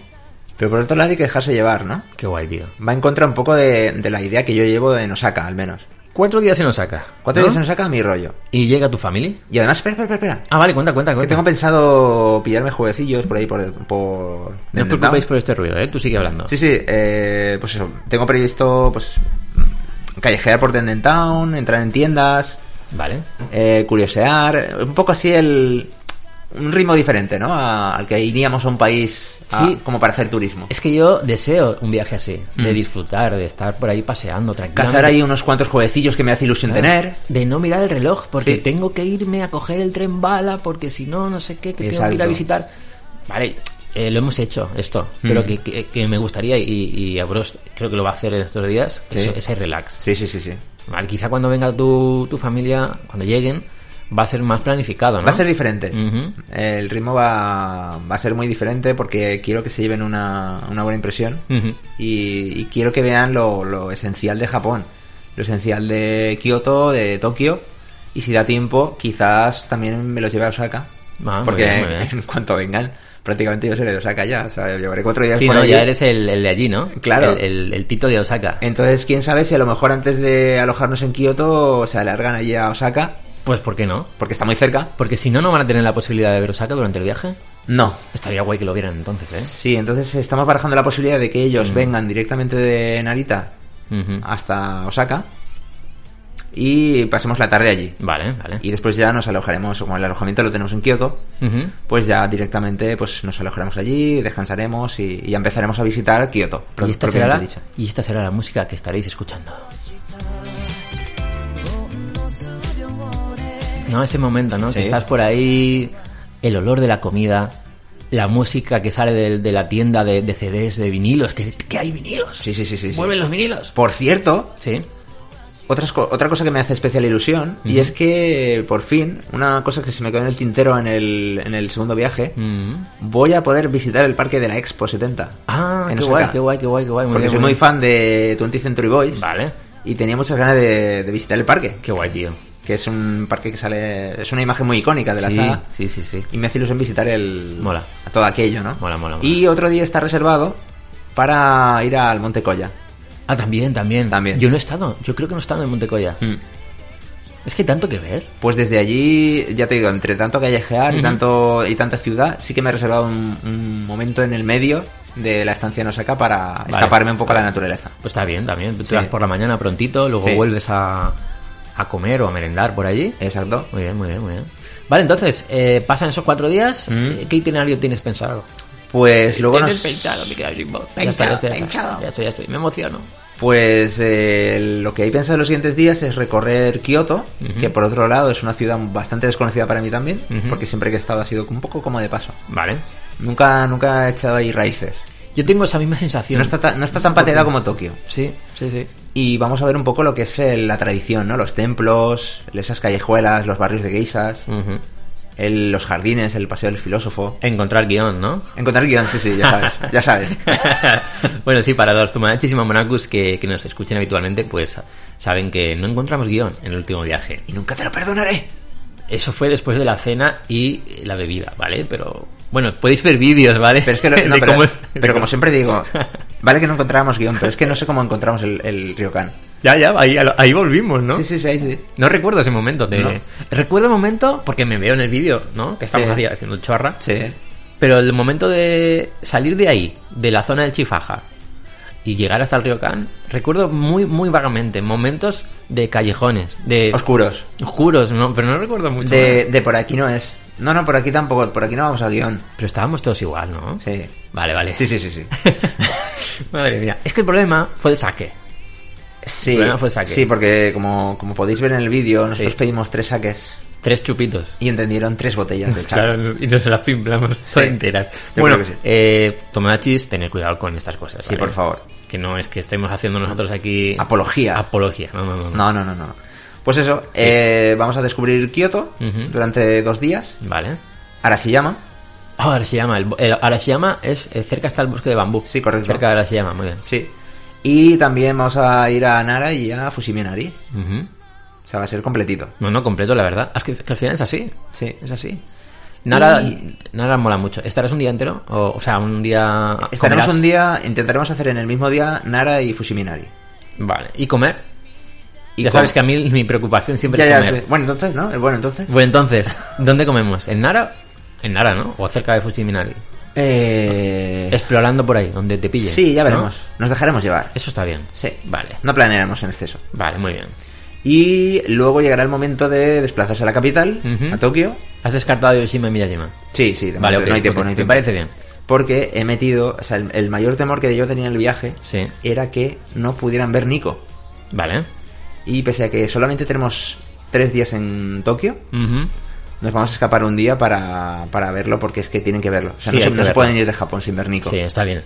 Speaker 1: Pero por otro lado hay que dejarse llevar, ¿no?
Speaker 2: qué guay, tío.
Speaker 1: Va en contra un poco de, de la idea que yo llevo en Osaka, al menos.
Speaker 2: Cuatro días en Osaka.
Speaker 1: Cuatro
Speaker 2: ¿no?
Speaker 1: días en Osaka, mi rollo.
Speaker 2: Y llega tu familia.
Speaker 1: Y además, espera, espera, espera. espera,
Speaker 2: Ah, vale, cuenta, cuenta,
Speaker 1: Que
Speaker 2: cuenta.
Speaker 1: tengo pensado pillarme jueguecillos por ahí, por... por
Speaker 2: No os preocupéis por este ruido, ¿eh? Tú sigue hablando.
Speaker 1: Sí, sí, eh, pues eso. Tengo previsto, pues... Callejear por Denden Town, entrar en tiendas...
Speaker 2: Vale.
Speaker 1: eh, curiosear, un poco así el un ritmo diferente, ¿no? A- al que iríamos a un país a-
Speaker 2: Sí.
Speaker 1: como para hacer turismo.
Speaker 2: Es que yo deseo un viaje así, de disfrutar, de estar por ahí paseando tranquilamente.
Speaker 1: Mm.
Speaker 2: Ah.
Speaker 1: Cazar ahí unos cuantos jueguecillos que me hace ilusión tener.
Speaker 2: De no mirar el reloj, porque
Speaker 1: Sí.
Speaker 2: tengo que irme a coger el tren bala, porque si no, no sé qué, que tengo que ir a
Speaker 1: Exacto. Mm.
Speaker 2: visitar. Vale, eh, lo hemos hecho, esto. Pero que, que- que me gustaría, y, y a Bros creo que lo va a hacer en estos días,
Speaker 1: Sí.
Speaker 2: eso- ese relax.
Speaker 1: Sí, sí, sí, sí.
Speaker 2: Vale, quizá cuando venga tu, tu familia, cuando lleguen, va a ser más planificado, ¿no?
Speaker 1: Va a ser diferente.
Speaker 2: Ujú.
Speaker 1: El ritmo va, va a ser muy diferente porque quiero que se lleven una, una buena impresión
Speaker 2: Ujú.
Speaker 1: y, y quiero que vean lo, lo esencial de Japón, lo esencial de Kioto, de Tokio y si da tiempo quizás también me los lleve a Osaka
Speaker 2: Ah, muy
Speaker 1: porque
Speaker 2: bien, muy bien.
Speaker 1: en cuanto vengan prácticamente yo seré de Osaka ya, o sea, llevaré cuatro días
Speaker 2: Sí,
Speaker 1: por
Speaker 2: no,
Speaker 1: allí.
Speaker 2: ya eres el, el de allí, ¿no?
Speaker 1: Claro. Eh.
Speaker 2: El, el- el pito de Osaka.
Speaker 1: Entonces, quién sabe si a lo mejor antes de alojarnos en Kioto se alargan allí a Osaka
Speaker 2: Pues ¿por qué no?
Speaker 1: porque está muy cerca.
Speaker 2: Porque si no, no van a tener la posibilidad de ver Osaka durante el viaje.
Speaker 1: No,
Speaker 2: Estaría guay que lo vieran entonces,
Speaker 1: Sí, entonces estamos barajando la posibilidad de que ellos
Speaker 2: Mm.
Speaker 1: vengan directamente de Narita
Speaker 2: ¿eh? Ujú.
Speaker 1: Ah. hasta Osaka y pasemos la tarde allí.
Speaker 2: Vale, vale.
Speaker 1: Y después ya nos alojaremos, como el alojamiento lo tenemos en Kioto,
Speaker 2: Ujú.
Speaker 1: pues ya directamente pues nos alojaremos allí, descansaremos y, y ya empezaremos a visitar Kioto. pro-
Speaker 2: Y esta, será
Speaker 1: propiamente
Speaker 2: la,
Speaker 1: dicho.
Speaker 2: y esta será la música que estaréis escuchando. No, ese momento, ¿no?
Speaker 1: Sí.
Speaker 2: Que estás por ahí, el olor de la comida, la música que sale del- de, la tienda de, de CDs, de vinilos, que, que hay vinilos.
Speaker 1: Sí, sí, sí, sí. sí.
Speaker 2: Mueven los vinilos.
Speaker 1: Por cierto,
Speaker 2: Sí.
Speaker 1: otras co- otra cosa que me hace especial ilusión y es que por fin, una cosa que se me quedó en el tintero en el, en el segundo viaje,
Speaker 2: Mm.
Speaker 1: voy a poder visitar el parque de la Expo 70.
Speaker 2: Ah,
Speaker 1: en
Speaker 2: qué
Speaker 1: Osaka.
Speaker 2: guay, qué guay, qué guay, qué guay.
Speaker 1: Porque
Speaker 2: bien,
Speaker 1: soy muy
Speaker 2: bien.
Speaker 1: fan de 20th Century Boys
Speaker 2: Vale.
Speaker 1: y tenía muchas ganas de, de visitar el parque,
Speaker 2: Qué guay, tío.
Speaker 1: que es un parque que sale, es una imagen muy icónica de la
Speaker 2: sí,
Speaker 1: saga.
Speaker 2: sí, sí, sí.
Speaker 1: Y me hace ilusión visitar el
Speaker 2: Mola.
Speaker 1: a todo aquello, ¿no?
Speaker 2: Mola, mola, mola.
Speaker 1: Y otro día está reservado para ir al Monte Colla.
Speaker 2: Ah, también, también.
Speaker 1: También. Mm.
Speaker 2: Yo no he estado. Yo creo que no he estado en Montecoya. Es que hay tanto que ver.
Speaker 1: Pues desde allí, ya te digo, entre tanto callejear y tanto y tanta ciudad, sí que me he reservado un, un momento en el medio de la estancia en Osaka para escaparme un poco a la
Speaker 2: vale.
Speaker 1: naturaleza.
Speaker 2: Pues está bien, también. Tú
Speaker 1: Sí.
Speaker 2: te vas por la mañana prontito, luego
Speaker 1: Sí.
Speaker 2: vuelves a, a comer o a merendar por allí.
Speaker 1: Exacto.
Speaker 2: Muy bien, muy bien, muy bien. Vale, entonces, eh, pasan esos cuatro días.
Speaker 1: Mm.
Speaker 2: Eh, ¿Qué itinerario tienes pensado?
Speaker 1: Pues luego
Speaker 2: Tienes
Speaker 1: nos...
Speaker 2: pensado, me quedas sin voz. Ya
Speaker 1: Pensado,
Speaker 2: está, ya está, ya está.
Speaker 1: pensado.
Speaker 2: Ya estoy, ya estoy. Me emociono.
Speaker 1: Pues eh, lo que hay pensado en los siguientes días es recorrer Kioto, que por otro lado es una ciudad bastante desconocida para mí también,
Speaker 2: Ujú.
Speaker 1: porque siempre que he estado ha sido un poco como de paso.
Speaker 2: Vale.
Speaker 1: Nunca, nunca he echado ahí raíces.
Speaker 2: Yo tengo esa misma sensación.
Speaker 1: No está, ta- no está tan
Speaker 2: por qué.
Speaker 1: pateada como Tokio.
Speaker 2: Sí, sí, sí.
Speaker 1: Y vamos a ver un poco lo que es eh, la tradición, ¿no? Los templos, esas callejuelas, los barrios de geisas,
Speaker 2: Ujú.
Speaker 1: el- los jardines, el paseo del filósofo.
Speaker 2: Encontrar guión, ¿no?
Speaker 1: Encontrar guión, sí, sí, ya sabes, ya sabes.
Speaker 2: bueno, sí, para los Tomanachis y Mamonacus que, que nos escuchen habitualmente, pues saben que no encontramos guión en el último viaje.
Speaker 1: Y nunca te lo perdonaré.
Speaker 2: Eso fue después de la cena y la bebida, ¿vale? Pero bueno, podéis ver vídeos, ¿vale?
Speaker 1: Pero es que lo- no,
Speaker 2: De
Speaker 1: pero,
Speaker 2: cómo es-
Speaker 1: pero como siempre digo, vale que no encontrábamos guión, pero es que no sé cómo encontramos el, el Ryokan.
Speaker 2: Ya, ya, ahí, ahí volvimos, ¿no?
Speaker 1: Sí, sí, sí, ahí sí.
Speaker 2: No recuerdo ese momento. De...
Speaker 1: No.
Speaker 2: Recuerdo el momento porque me veo en el vídeo, ¿no? Que estamos
Speaker 1: Sí.
Speaker 2: ahí haciendo chorra.
Speaker 1: Sí.
Speaker 2: Pero el momento de salir de ahí, de la zona del Chifaja, y llegar hasta el río Can, recuerdo muy, muy vagamente momentos de callejones, de
Speaker 1: Eh, Oscuros.
Speaker 2: oscuros, no, pero no recuerdo mucho.
Speaker 1: De,
Speaker 2: más.
Speaker 1: de por aquí no es. No, no, por aquí tampoco. Por aquí no vamos al guión.
Speaker 2: Pero estábamos todos igual, ¿no?
Speaker 1: Sí.
Speaker 2: Vale, vale.
Speaker 1: Sí, sí, sí, sí.
Speaker 2: Madre mía. Es que el problema fue el saque.
Speaker 1: Sí,
Speaker 2: El problema fue el saque.
Speaker 1: sí porque como, como podéis ver en el vídeo, nosotros
Speaker 2: Sí.
Speaker 1: pedimos tres saques
Speaker 2: Tres chupitos.
Speaker 1: y entendieron tres botellas de sake.
Speaker 2: Claro, y nos las pimplamos todas enteras.
Speaker 1: Yo
Speaker 2: Bueno,
Speaker 1: creo que sí.
Speaker 2: eh, Tomodachis, tened cuidado con estas cosas.
Speaker 1: Sí, por favor.
Speaker 2: Que no es que estemos haciendo nosotros aquí.
Speaker 1: Apología.
Speaker 2: Apología. No, no, no. no.
Speaker 1: No, no, no, no. Pues eso, eh, vamos a descubrir Kioto
Speaker 2: Ujú.
Speaker 1: durante dos días.
Speaker 2: Vale.
Speaker 1: Arashiyama.
Speaker 2: Ah, Arashiyama. El, bo- el Arashiyama es eh, cerca está el bosque de bambú.
Speaker 1: Sí, correcto.
Speaker 2: Cerca de Arashiyama, muy bien.
Speaker 1: Sí. Y también vamos a ir a Nara y a Fushiminari.
Speaker 2: Ujú.
Speaker 1: O sea, va a ser completito.
Speaker 2: No, no, completo, la verdad. Ah, Es que, que al final es así.
Speaker 1: Sí, es así.
Speaker 2: Nada,
Speaker 1: Y-
Speaker 2: nada mola mucho. ¿Estarás un día entero? O, o sea, un día.
Speaker 1: Estaremos
Speaker 2: comerás.
Speaker 1: un día, intentaremos hacer en el mismo día Nara y Fushiminari.
Speaker 2: Vale. ¿Y comer?
Speaker 1: Y
Speaker 2: ya
Speaker 1: com-
Speaker 2: sabes que a mí mi preocupación siempre
Speaker 1: Ya,
Speaker 2: es
Speaker 1: ya
Speaker 2: comer.
Speaker 1: sé. Bueno, entonces, ¿no? Bueno, entonces.
Speaker 2: Bueno, Pues entonces, ¿dónde comemos? ¿En Nara? En Nara, ¿no? O cerca de Fushiminari.
Speaker 1: Eh...
Speaker 2: Explorando por ahí, donde te pille.
Speaker 1: Sí, ya
Speaker 2: ¿no?
Speaker 1: veremos. Nos dejaremos llevar.
Speaker 2: Eso está bien.
Speaker 1: Sí.
Speaker 2: Vale.
Speaker 1: No planearemos en exceso.
Speaker 2: Vale, muy bien.
Speaker 1: Y luego llegará el momento de desplazarse a la capital,
Speaker 2: Ujú.
Speaker 1: a Tokio.
Speaker 2: ¿Has descartado Yoshima y Miyajima?
Speaker 1: Sí, sí, de
Speaker 2: Vale,
Speaker 1: momento
Speaker 2: ok,
Speaker 1: no hay tiempo,
Speaker 2: ok,
Speaker 1: no hay
Speaker 2: me
Speaker 1: tiempo.
Speaker 2: parece bien.
Speaker 1: Porque he metido, o sea, el, el mayor temor que yo tenía en el viaje
Speaker 2: Sí.
Speaker 1: era que no pudieran ver Nico.
Speaker 2: Vale.
Speaker 1: Y pese a que solamente tenemos tres días en Tokio,
Speaker 2: Ujú.
Speaker 1: nos vamos a escapar un día para, para verlo porque es que tienen que verlo. O sea,
Speaker 2: Sí,
Speaker 1: no, se,
Speaker 2: hay que
Speaker 1: no se
Speaker 2: verlo.
Speaker 1: pueden ir de Japón sin ver Nico.
Speaker 2: Sí, está bien.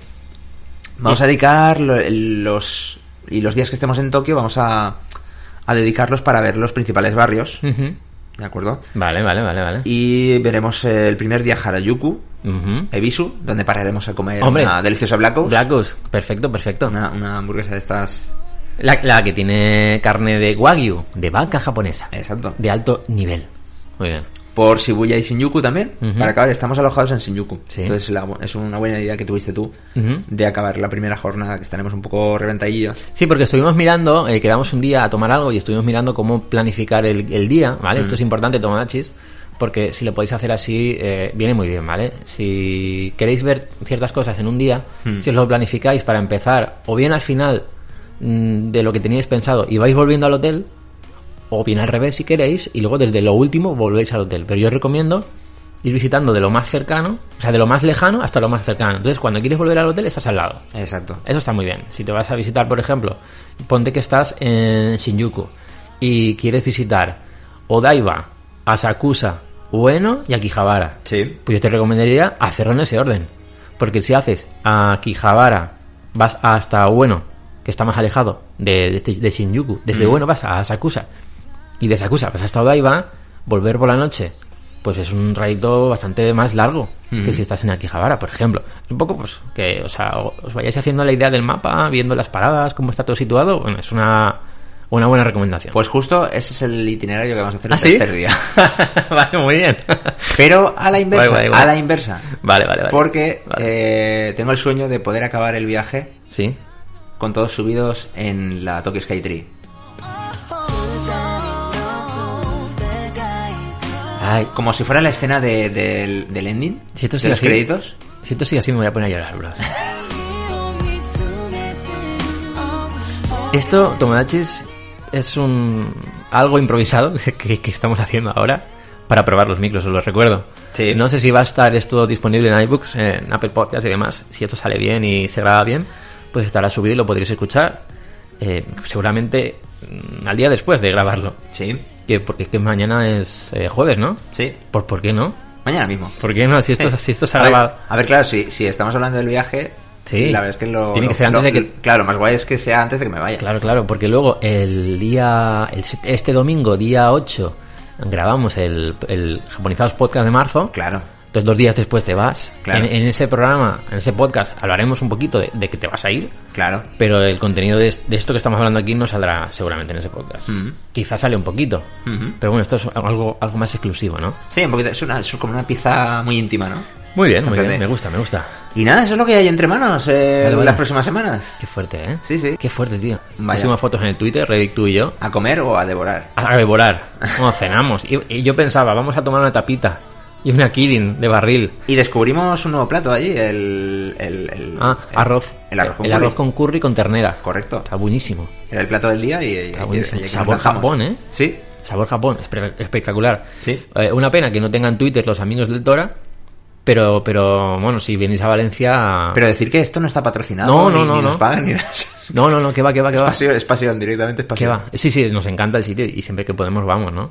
Speaker 1: Vamos a dedicar lo- los y los días que estemos en Tokio vamos a, a dedicarlos para ver los principales barrios
Speaker 2: Ujú.
Speaker 1: ¿de acuerdo?
Speaker 2: Vale, vale, vale, vale.
Speaker 1: Y veremos eh, el primer día Harajuku,
Speaker 2: Ujú.
Speaker 1: Ebisu, donde pararemos a comer
Speaker 2: Hombre.
Speaker 1: una deliciosa Black Ops,
Speaker 2: Black Ops, perfecto, perfecto.
Speaker 1: Una, una hamburguesa de estas...
Speaker 2: La, la que tiene carne de wagyu, de vaca japonesa,
Speaker 1: eh, Exacto.
Speaker 2: de alto nivel. Muy bien.
Speaker 1: Por Shibuya y Shinjuku también.
Speaker 2: Ujú.
Speaker 1: Para acabar, estamos alojados en Shinjuku.
Speaker 2: Sí.
Speaker 1: Entonces la- es una buena idea que tuviste tú
Speaker 2: Ujú.
Speaker 1: de acabar la primera jornada, que estaremos un poco reventadillos.
Speaker 2: Sí, porque estuvimos mirando, eh, quedamos un día a tomar algo y estuvimos mirando cómo planificar el, el día, ¿vale? Esto es importante, Tomodachis, porque si lo podéis hacer así, eh, viene muy bien, ¿vale? Si queréis ver ciertas cosas en un día, si os lo planificáis para empezar, o bien al final mm, de lo que teníais pensado y vais volviendo al hotel, o bien al revés si queréis, y luego desde lo último volvéis al hotel. Pero yo os recomiendo ir visitando de lo más cercano, o sea, de lo más lejano hasta lo más cercano. Entonces, cuando quieres volver al hotel, estás al lado.
Speaker 1: Exacto.
Speaker 2: Eso está muy bien. Si te vas a visitar, por ejemplo, ponte que estás en Shinjuku y quieres visitar Odaiba, Asakusa, Ueno y Akihabara.
Speaker 1: Sí.
Speaker 2: Pues yo te recomendaría hacerlo en ese orden. Porque si haces Akihabara, vas hasta Ueno, que está más alejado de, de este- de Shinjuku, desde Ueno vas a Asakusa. Y de Asakusa vas hasta Odaiba, volver por la noche. Pues es un trayecto bastante más largo que si estás en Akihabara, por ejemplo. Un poco, pues, que o sea, o- os vayáis haciendo la idea del mapa, viendo las paradas, cómo está todo situado. Bueno, es una, una buena recomendación.
Speaker 1: Pues justo ese es el itinerario que vamos a hacer
Speaker 2: ¿Ah,
Speaker 1: el
Speaker 2: sí?
Speaker 1: tercer día.
Speaker 2: vale, muy bien.
Speaker 1: Pero a la inversa,
Speaker 2: Guay, guay, guay.
Speaker 1: a la inversa.
Speaker 2: vale, vale, vale.
Speaker 1: Porque eh, tengo el sueño de poder acabar el viaje
Speaker 2: Sí.
Speaker 1: con todos subidos en la Tokyo Sky Tree.
Speaker 2: Ay,
Speaker 1: Como si fuera la escena de- del, del ending,
Speaker 2: Si esto
Speaker 1: de
Speaker 2: sigue
Speaker 1: los
Speaker 2: así.
Speaker 1: créditos.
Speaker 2: si esto sigue así me voy a poner a llorar, bro. Esto, Tomodachis, es un algo improvisado que, que estamos haciendo ahora para probar los micros, os lo recuerdo.
Speaker 1: Sí.
Speaker 2: No sé si va a estar esto disponible en iBooks, en Apple Podcasts y demás. Si esto sale bien y se graba bien, pues estará subido y lo podréis escuchar eh, seguramente mm, al día después de grabarlo.
Speaker 1: Sí,
Speaker 2: Que, porque es que mañana es eh, jueves, ¿no?
Speaker 1: sí.
Speaker 2: ¿Por, ¿Por qué no?
Speaker 1: Mañana mismo.
Speaker 2: ¿Por qué no? Si esto,
Speaker 1: Sí.
Speaker 2: si esto se ha
Speaker 1: a ver,
Speaker 2: grabado...
Speaker 1: a ver, claro, si, si estamos hablando del viaje,
Speaker 2: Sí.
Speaker 1: la verdad es que lo.
Speaker 2: Tiene que
Speaker 1: lo-
Speaker 2: ser
Speaker 1: lo-
Speaker 2: antes de que-
Speaker 1: Claro, más guay es que sea antes de que me vaya.
Speaker 2: Claro, claro, porque luego el día. el se- este domingo, día 8, grabamos el, el Japonizados Podcast de marzo.
Speaker 1: Claro.
Speaker 2: Entonces, dos días después te vas.
Speaker 1: Claro.
Speaker 2: En, en ese programa, en ese podcast, hablaremos un poquito de, de que te vas a ir.
Speaker 1: claro.
Speaker 2: Pero el contenido de, es- de esto que estamos hablando aquí no saldrá seguramente en ese podcast.
Speaker 1: Mm.
Speaker 2: Quizás sale un poquito.
Speaker 1: Ujú.
Speaker 2: Pero bueno, esto es algo, algo más exclusivo, ¿no?
Speaker 1: Sí, un poquito. Es, una, es como una pizza muy íntima, ¿no?
Speaker 2: Muy bien, muy
Speaker 1: Fíjate.
Speaker 2: bien. Me gusta, me gusta.
Speaker 1: Y nada, eso es lo que hay entre manos eh,
Speaker 2: Vale, vale.
Speaker 1: las próximas semanas.
Speaker 2: Qué fuerte, ¿eh?
Speaker 1: Sí, sí.
Speaker 2: Qué fuerte, tío.
Speaker 1: Vaya.
Speaker 2: Pusimos fotos en el Twitter, Reddick tú y yo.
Speaker 1: ¿A comer o a devorar?
Speaker 2: a devorar. No, cenamos. Y, y yo pensaba, vamos a tomar una tapita y una kirin de barril.
Speaker 1: Y descubrimos un nuevo plato allí, el. el, el-
Speaker 2: Ah,
Speaker 1: el-
Speaker 2: arroz.
Speaker 1: El arroz con
Speaker 2: el
Speaker 1: curry.
Speaker 2: arroz con curry con ternera.
Speaker 1: Correcto.
Speaker 2: Está buenísimo.
Speaker 1: Era el plato del día y. y-
Speaker 2: Está
Speaker 1: y-
Speaker 2: buenísimo.
Speaker 1: y- y-
Speaker 2: Sabor
Speaker 1: nos lanzamos.
Speaker 2: Japón, ¿eh?
Speaker 1: Sí.
Speaker 2: Sabor Japón, espe- espectacular.
Speaker 1: Sí.
Speaker 2: Eh, una pena que no tengan Twitter los amigos del Tora, pero, pero bueno, si venís a Valencia...
Speaker 1: Pero decir que esto no está patrocinado.
Speaker 2: No,
Speaker 1: ni-
Speaker 2: no, no,
Speaker 1: ni nos
Speaker 2: no.
Speaker 1: pagan ni nada.
Speaker 2: No, no, no, que va, que va, que
Speaker 1: Es
Speaker 2: va.
Speaker 1: pasión, es pasión, directamente es
Speaker 2: ¿Qué
Speaker 1: pasión.
Speaker 2: va? Sí, sí, nos encanta el sitio y siempre que podemos vamos, ¿no?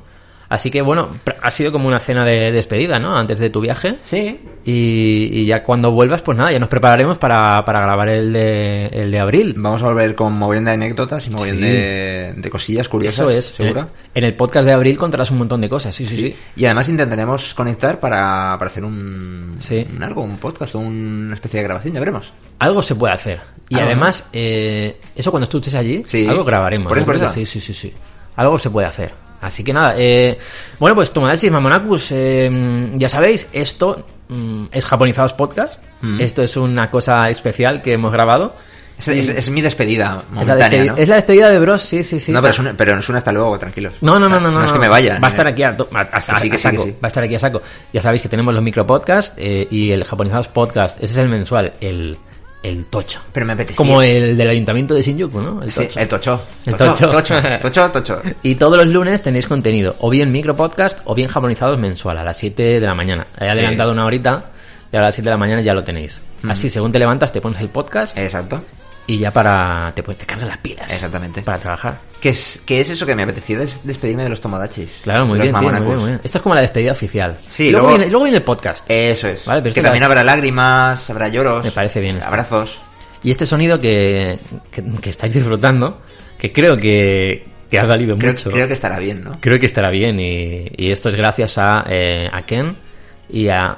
Speaker 2: Así que bueno, pr- ha sido como una cena de despedida, ¿no? Antes de tu viaje.
Speaker 1: Sí.
Speaker 2: Y, y ya cuando vuelvas, pues nada, ya nos prepararemos para, para grabar el de, el de abril.
Speaker 1: Vamos a volver con mogollón de anécdotas y mogollón
Speaker 2: Sí.
Speaker 1: de, de cosillas curiosas.
Speaker 2: Eso es. eh.
Speaker 1: Seguro.
Speaker 2: En, en el podcast de abril contarás un montón de cosas, sí, sí, sí.
Speaker 1: Y además intentaremos conectar para, para hacer un,
Speaker 2: Sí.
Speaker 1: un algo, un podcast o una especie de grabación, ya veremos.
Speaker 2: Algo se puede hacer. Y
Speaker 1: Algo,
Speaker 2: además, eh, eso cuando tú estés allí,
Speaker 1: Sí.
Speaker 2: algo grabaremos.
Speaker 1: Por eso,
Speaker 2: ¿no?
Speaker 1: por eso.
Speaker 2: Sí, sí, sí, sí. Algo se puede hacer. Así que nada, eh, bueno, pues Tomodachi, Mamonacus, eh, ya sabéis, esto mm, es Japonizados Podcast.
Speaker 1: Mm.
Speaker 2: Esto es una cosa especial que hemos grabado.
Speaker 1: Es, es- es mi despedida
Speaker 2: Es la,
Speaker 1: momentánea,
Speaker 2: despedi-
Speaker 1: ¿no?
Speaker 2: es la despedida de Bros, sí, sí, sí.
Speaker 1: no, pero es, un, pero es un hasta luego, tranquilos.
Speaker 2: No, no,
Speaker 1: O
Speaker 2: no,
Speaker 1: sea,
Speaker 2: no, no.
Speaker 1: Ah, No es que
Speaker 2: no.
Speaker 1: me vaya. eh.
Speaker 2: Va a estar aquí a, to- a- hasta-
Speaker 1: sí, que
Speaker 2: a
Speaker 1: sí, que
Speaker 2: saco.
Speaker 1: sí.
Speaker 2: Va a estar aquí a saco. Ya sabéis que tenemos los micropodcasts eh, y el japonizados podcast. Ese es el mensual, el, el tocho.
Speaker 1: Pero me apetecía.
Speaker 2: Como el del ayuntamiento de Shinjuku, ¿no? El
Speaker 1: eh. Sí,
Speaker 2: tocho.
Speaker 1: el tocho.
Speaker 2: El
Speaker 1: Tocho,
Speaker 2: tocho.
Speaker 1: tocho, tocho, tocho.
Speaker 2: Y todos los lunes tenéis contenido, o bien micropodcast o bien japonizados mensual, a las 7 de la mañana. He adelantado una horita y a las 7 de la mañana ya lo tenéis.
Speaker 1: Mm.
Speaker 2: Así, según te levantas, te pones el podcast
Speaker 1: Exacto.
Speaker 2: y ya para... te, pones- te cargas las pilas.
Speaker 1: Eh. Exactamente.
Speaker 2: Para trabajar.
Speaker 1: ¿Qué es, qué es eso que me apetecía? Des- despedirme de los tomodachis.
Speaker 2: Claro, muy
Speaker 1: Los
Speaker 2: bien, tío, muy
Speaker 1: mamonacos.
Speaker 2: bien, muy bien. Esto es como la despedida oficial.
Speaker 1: Sí,
Speaker 2: luego,
Speaker 1: luego-
Speaker 2: Viene, luego viene el podcast.
Speaker 1: Eso es.
Speaker 2: Vale, pero
Speaker 1: que
Speaker 2: esto
Speaker 1: también
Speaker 2: la-
Speaker 1: habrá lágrimas, habrá lloros.
Speaker 2: Me parece bien esto.
Speaker 1: Abrazos.
Speaker 2: Y este sonido que, que, que estáis disfrutando, que creo que, que ha valido
Speaker 1: Creo,
Speaker 2: mucho.
Speaker 1: creo que estará bien, ¿no?
Speaker 2: Creo que estará bien y, y esto es gracias a, eh, a Ken y a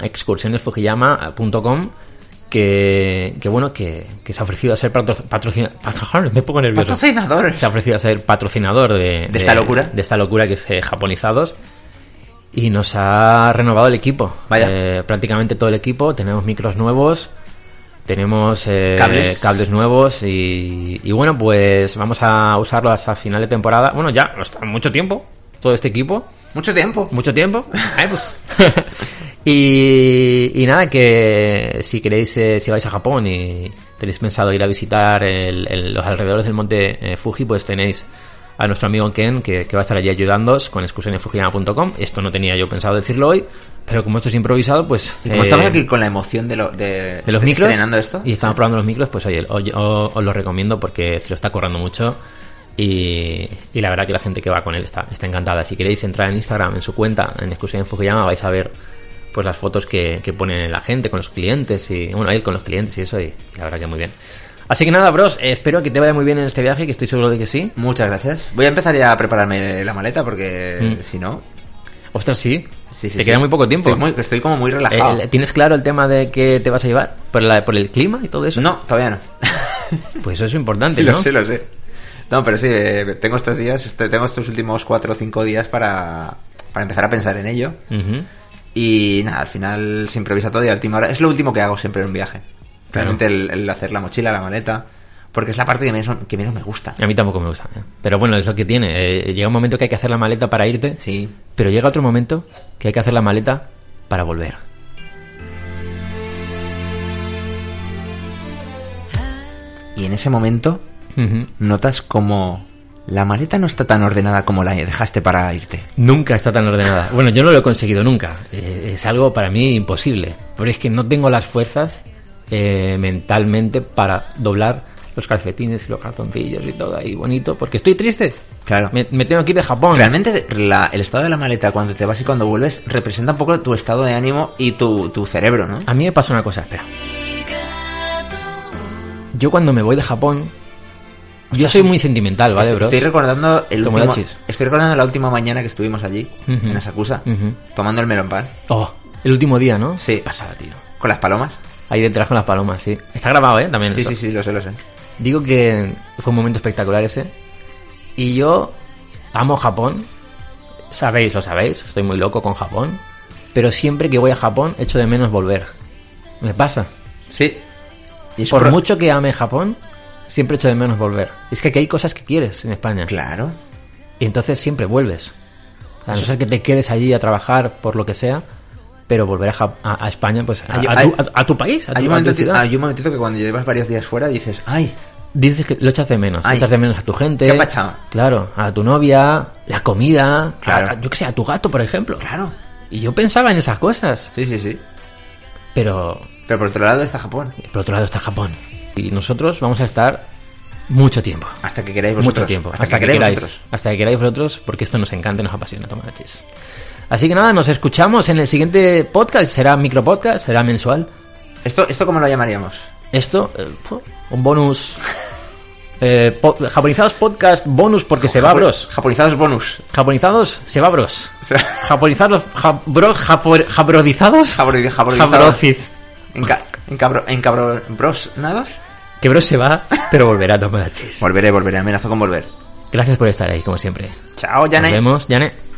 Speaker 2: excursionesfujiyama.com que, que bueno, que, que se ha ofrecido a ser patrocinador. me pongo nervioso.
Speaker 1: Patrocinador.
Speaker 2: Se ha ofrecido a ser patrocinador de,
Speaker 1: De esta locura.
Speaker 2: De esta locura que es eh, Japonizados. Y nos ha renovado el equipo.
Speaker 1: Vaya.
Speaker 2: Eh, prácticamente todo el equipo. Tenemos micros nuevos. Tenemos eh,
Speaker 1: Cables.
Speaker 2: nuevos y, y bueno, pues vamos a usarlo hasta final de temporada. Bueno, ya, está mucho tiempo, todo este equipo,
Speaker 1: Mucho tiempo.
Speaker 2: mucho tiempo. Ay, pues. y, y nada, que si queréis, eh, si vais a Japón y tenéis pensado ir a visitar el- el- los alrededores del monte eh, Fuji, pues tenéis a nuestro amigo Ken que, que va a estar allí ayudándoos con excursionesfujiyama.com. Esto no tenía yo pensado decirlo hoy, pero como esto es improvisado, pues...
Speaker 1: Y como
Speaker 2: eh,
Speaker 1: estamos aquí con la emoción de, lo, de,
Speaker 2: de los
Speaker 1: de
Speaker 2: micros
Speaker 1: estrenando esto.
Speaker 2: y estamos probando los micros pues oye o- o- os lo recomiendo porque se lo está corrando mucho y, y la verdad que la gente que va con él está, está encantada si queréis entrar en Instagram en su cuenta en exclusiva en Fujiyama vais a ver pues las fotos que, que ponen la gente con los clientes y bueno él con los clientes y eso y, la verdad que muy bien así que nada bros eh, espero que te vaya muy bien en este viaje que estoy seguro de que sí
Speaker 1: Muchas gracias. Voy a empezar ya a prepararme la maleta porque
Speaker 2: Mm.
Speaker 1: si no.
Speaker 2: ostras sí,
Speaker 1: Sí, sí,
Speaker 2: te
Speaker 1: sí.
Speaker 2: queda muy poco tiempo
Speaker 1: Estoy, muy- estoy como muy relajado.
Speaker 2: Eh, ¿Tienes claro el tema de que te vas a llevar? ¿Por, la- por el clima y todo eso?
Speaker 1: No, todavía no.
Speaker 2: Pues eso es importante,
Speaker 1: Sí,
Speaker 2: ¿no?
Speaker 1: lo sé, lo sé. No, pero sí, eh, tengo estos días, este- tengo estos últimos cuatro o cinco días para, para empezar a pensar en ello.
Speaker 2: Ujú.
Speaker 1: Y nada, al final se improvisa todo y a última hora. Es lo último que hago siempre en un viaje.
Speaker 2: Claro.
Speaker 1: Realmente el, el hacer la mochila, la maleta. Porque es la parte que menos, que menos me gusta.
Speaker 2: A mí tampoco me gusta. ¿eh? Pero bueno, es lo que tiene. Eh, llega un momento que hay que hacer la maleta para irte.
Speaker 1: Sí.
Speaker 2: Pero llega otro momento que hay que hacer la maleta para volver.
Speaker 1: Y en ese momento
Speaker 2: Ujú.
Speaker 1: notas como la maleta no está tan ordenada como la dejaste para irte.
Speaker 2: Nunca está tan ordenada. Bueno, yo no lo he conseguido nunca. Eh, es algo para mí imposible. Pero es que no tengo las fuerzas eh, mentalmente para doblar los calcetines y los calzoncillos y todo ahí bonito. Porque estoy triste.
Speaker 1: Claro.
Speaker 2: Me, me tengo que ir de Japón.
Speaker 1: Realmente la- el estado de la maleta cuando te vas y cuando vuelves representa un poco tu estado de ánimo y tu, tu cerebro, ¿no?
Speaker 2: A mí me pasa una cosa, espera. Yo cuando me voy de Japón, yo soy muy sentimental, ¿vale, bro?
Speaker 1: Estoy recordando el último,
Speaker 2: Tomodachis.
Speaker 1: Estoy recordando la última mañana que estuvimos allí,
Speaker 2: Ujú.
Speaker 1: en Asakusa,
Speaker 2: Ujú.
Speaker 1: tomando el melón pan,
Speaker 2: Oh, el último día, ¿no?
Speaker 1: Sí.
Speaker 2: Qué Pasada, tío.
Speaker 1: con las palomas.
Speaker 2: Ahí detrás con las palomas, sí. Está grabado, ¿eh? También.
Speaker 1: Sí,
Speaker 2: eso.
Speaker 1: sí, sí, lo sé, lo sé.
Speaker 2: Digo que fue un momento espectacular ese. Y yo amo Japón. Sabéis, lo sabéis. Estoy muy loco con Japón. Pero siempre que voy a Japón, echo de menos volver. Me pasa.
Speaker 1: Sí. Y eso
Speaker 2: Por
Speaker 1: pro-
Speaker 2: mucho que ame Japón, siempre echo de menos volver. Es que aquí hay cosas que quieres en España.
Speaker 1: Claro.
Speaker 2: Y entonces siempre vuelves. A no ser que te quedes allí a trabajar por lo que sea, pero volver a, Jap- a- a España, pues a,
Speaker 1: Hay-
Speaker 2: a
Speaker 1: hay-
Speaker 2: tu, a- a tu país, a tu,
Speaker 1: Hay un,
Speaker 2: a tu
Speaker 1: momentito,
Speaker 2: ciudad.
Speaker 1: hay un momentito que cuando llevas varios días fuera dices, ¡ay!
Speaker 2: Dices que lo echas de menos.
Speaker 1: Ay.
Speaker 2: echas de menos a tu gente.
Speaker 1: Qué pachá.
Speaker 2: Claro, a tu novia, la comida,
Speaker 1: Claro.
Speaker 2: a- a- yo que sé, a tu gato, por ejemplo.
Speaker 1: Claro.
Speaker 2: Y yo pensaba en esas cosas,
Speaker 1: Sí, sí, sí.
Speaker 2: pero
Speaker 1: Pero por otro lado está Japón.
Speaker 2: por otro lado está Japón. Y nosotros vamos a estar mucho tiempo.
Speaker 1: Hasta que queráis vosotros.
Speaker 2: mucho tiempo.
Speaker 1: Hasta, que, queráis vosotros.
Speaker 2: Hasta que queráis vosotros, porque esto nos encanta y nos apasiona, Tomadachis. Así que nada, nos escuchamos en el siguiente podcast. Será micropodcast, será mensual.
Speaker 1: ¿Esto, ¿Esto cómo lo llamaríamos?
Speaker 2: Esto, eh, pu- un bonus. Eh, po- japonizados podcast bonus porque se va,
Speaker 1: Japo-
Speaker 2: bros.
Speaker 1: Japonizados bonus.
Speaker 2: Japonizados se va, bros.
Speaker 1: O sea,
Speaker 2: Japonizados, ja- bros, japor- jabrodizados.
Speaker 1: jabrodi- jabrodizados.
Speaker 2: Jabrociz.
Speaker 1: Enca- encabro- encabro- bros- nados.
Speaker 2: Que bros se va, pero volverá, Tomadachis.
Speaker 1: Volveré, volveré. Amenazo con volver.
Speaker 2: Gracias por estar ahí, como siempre.
Speaker 1: Chao,
Speaker 2: Nos
Speaker 1: Janay.
Speaker 2: vemos, Janet.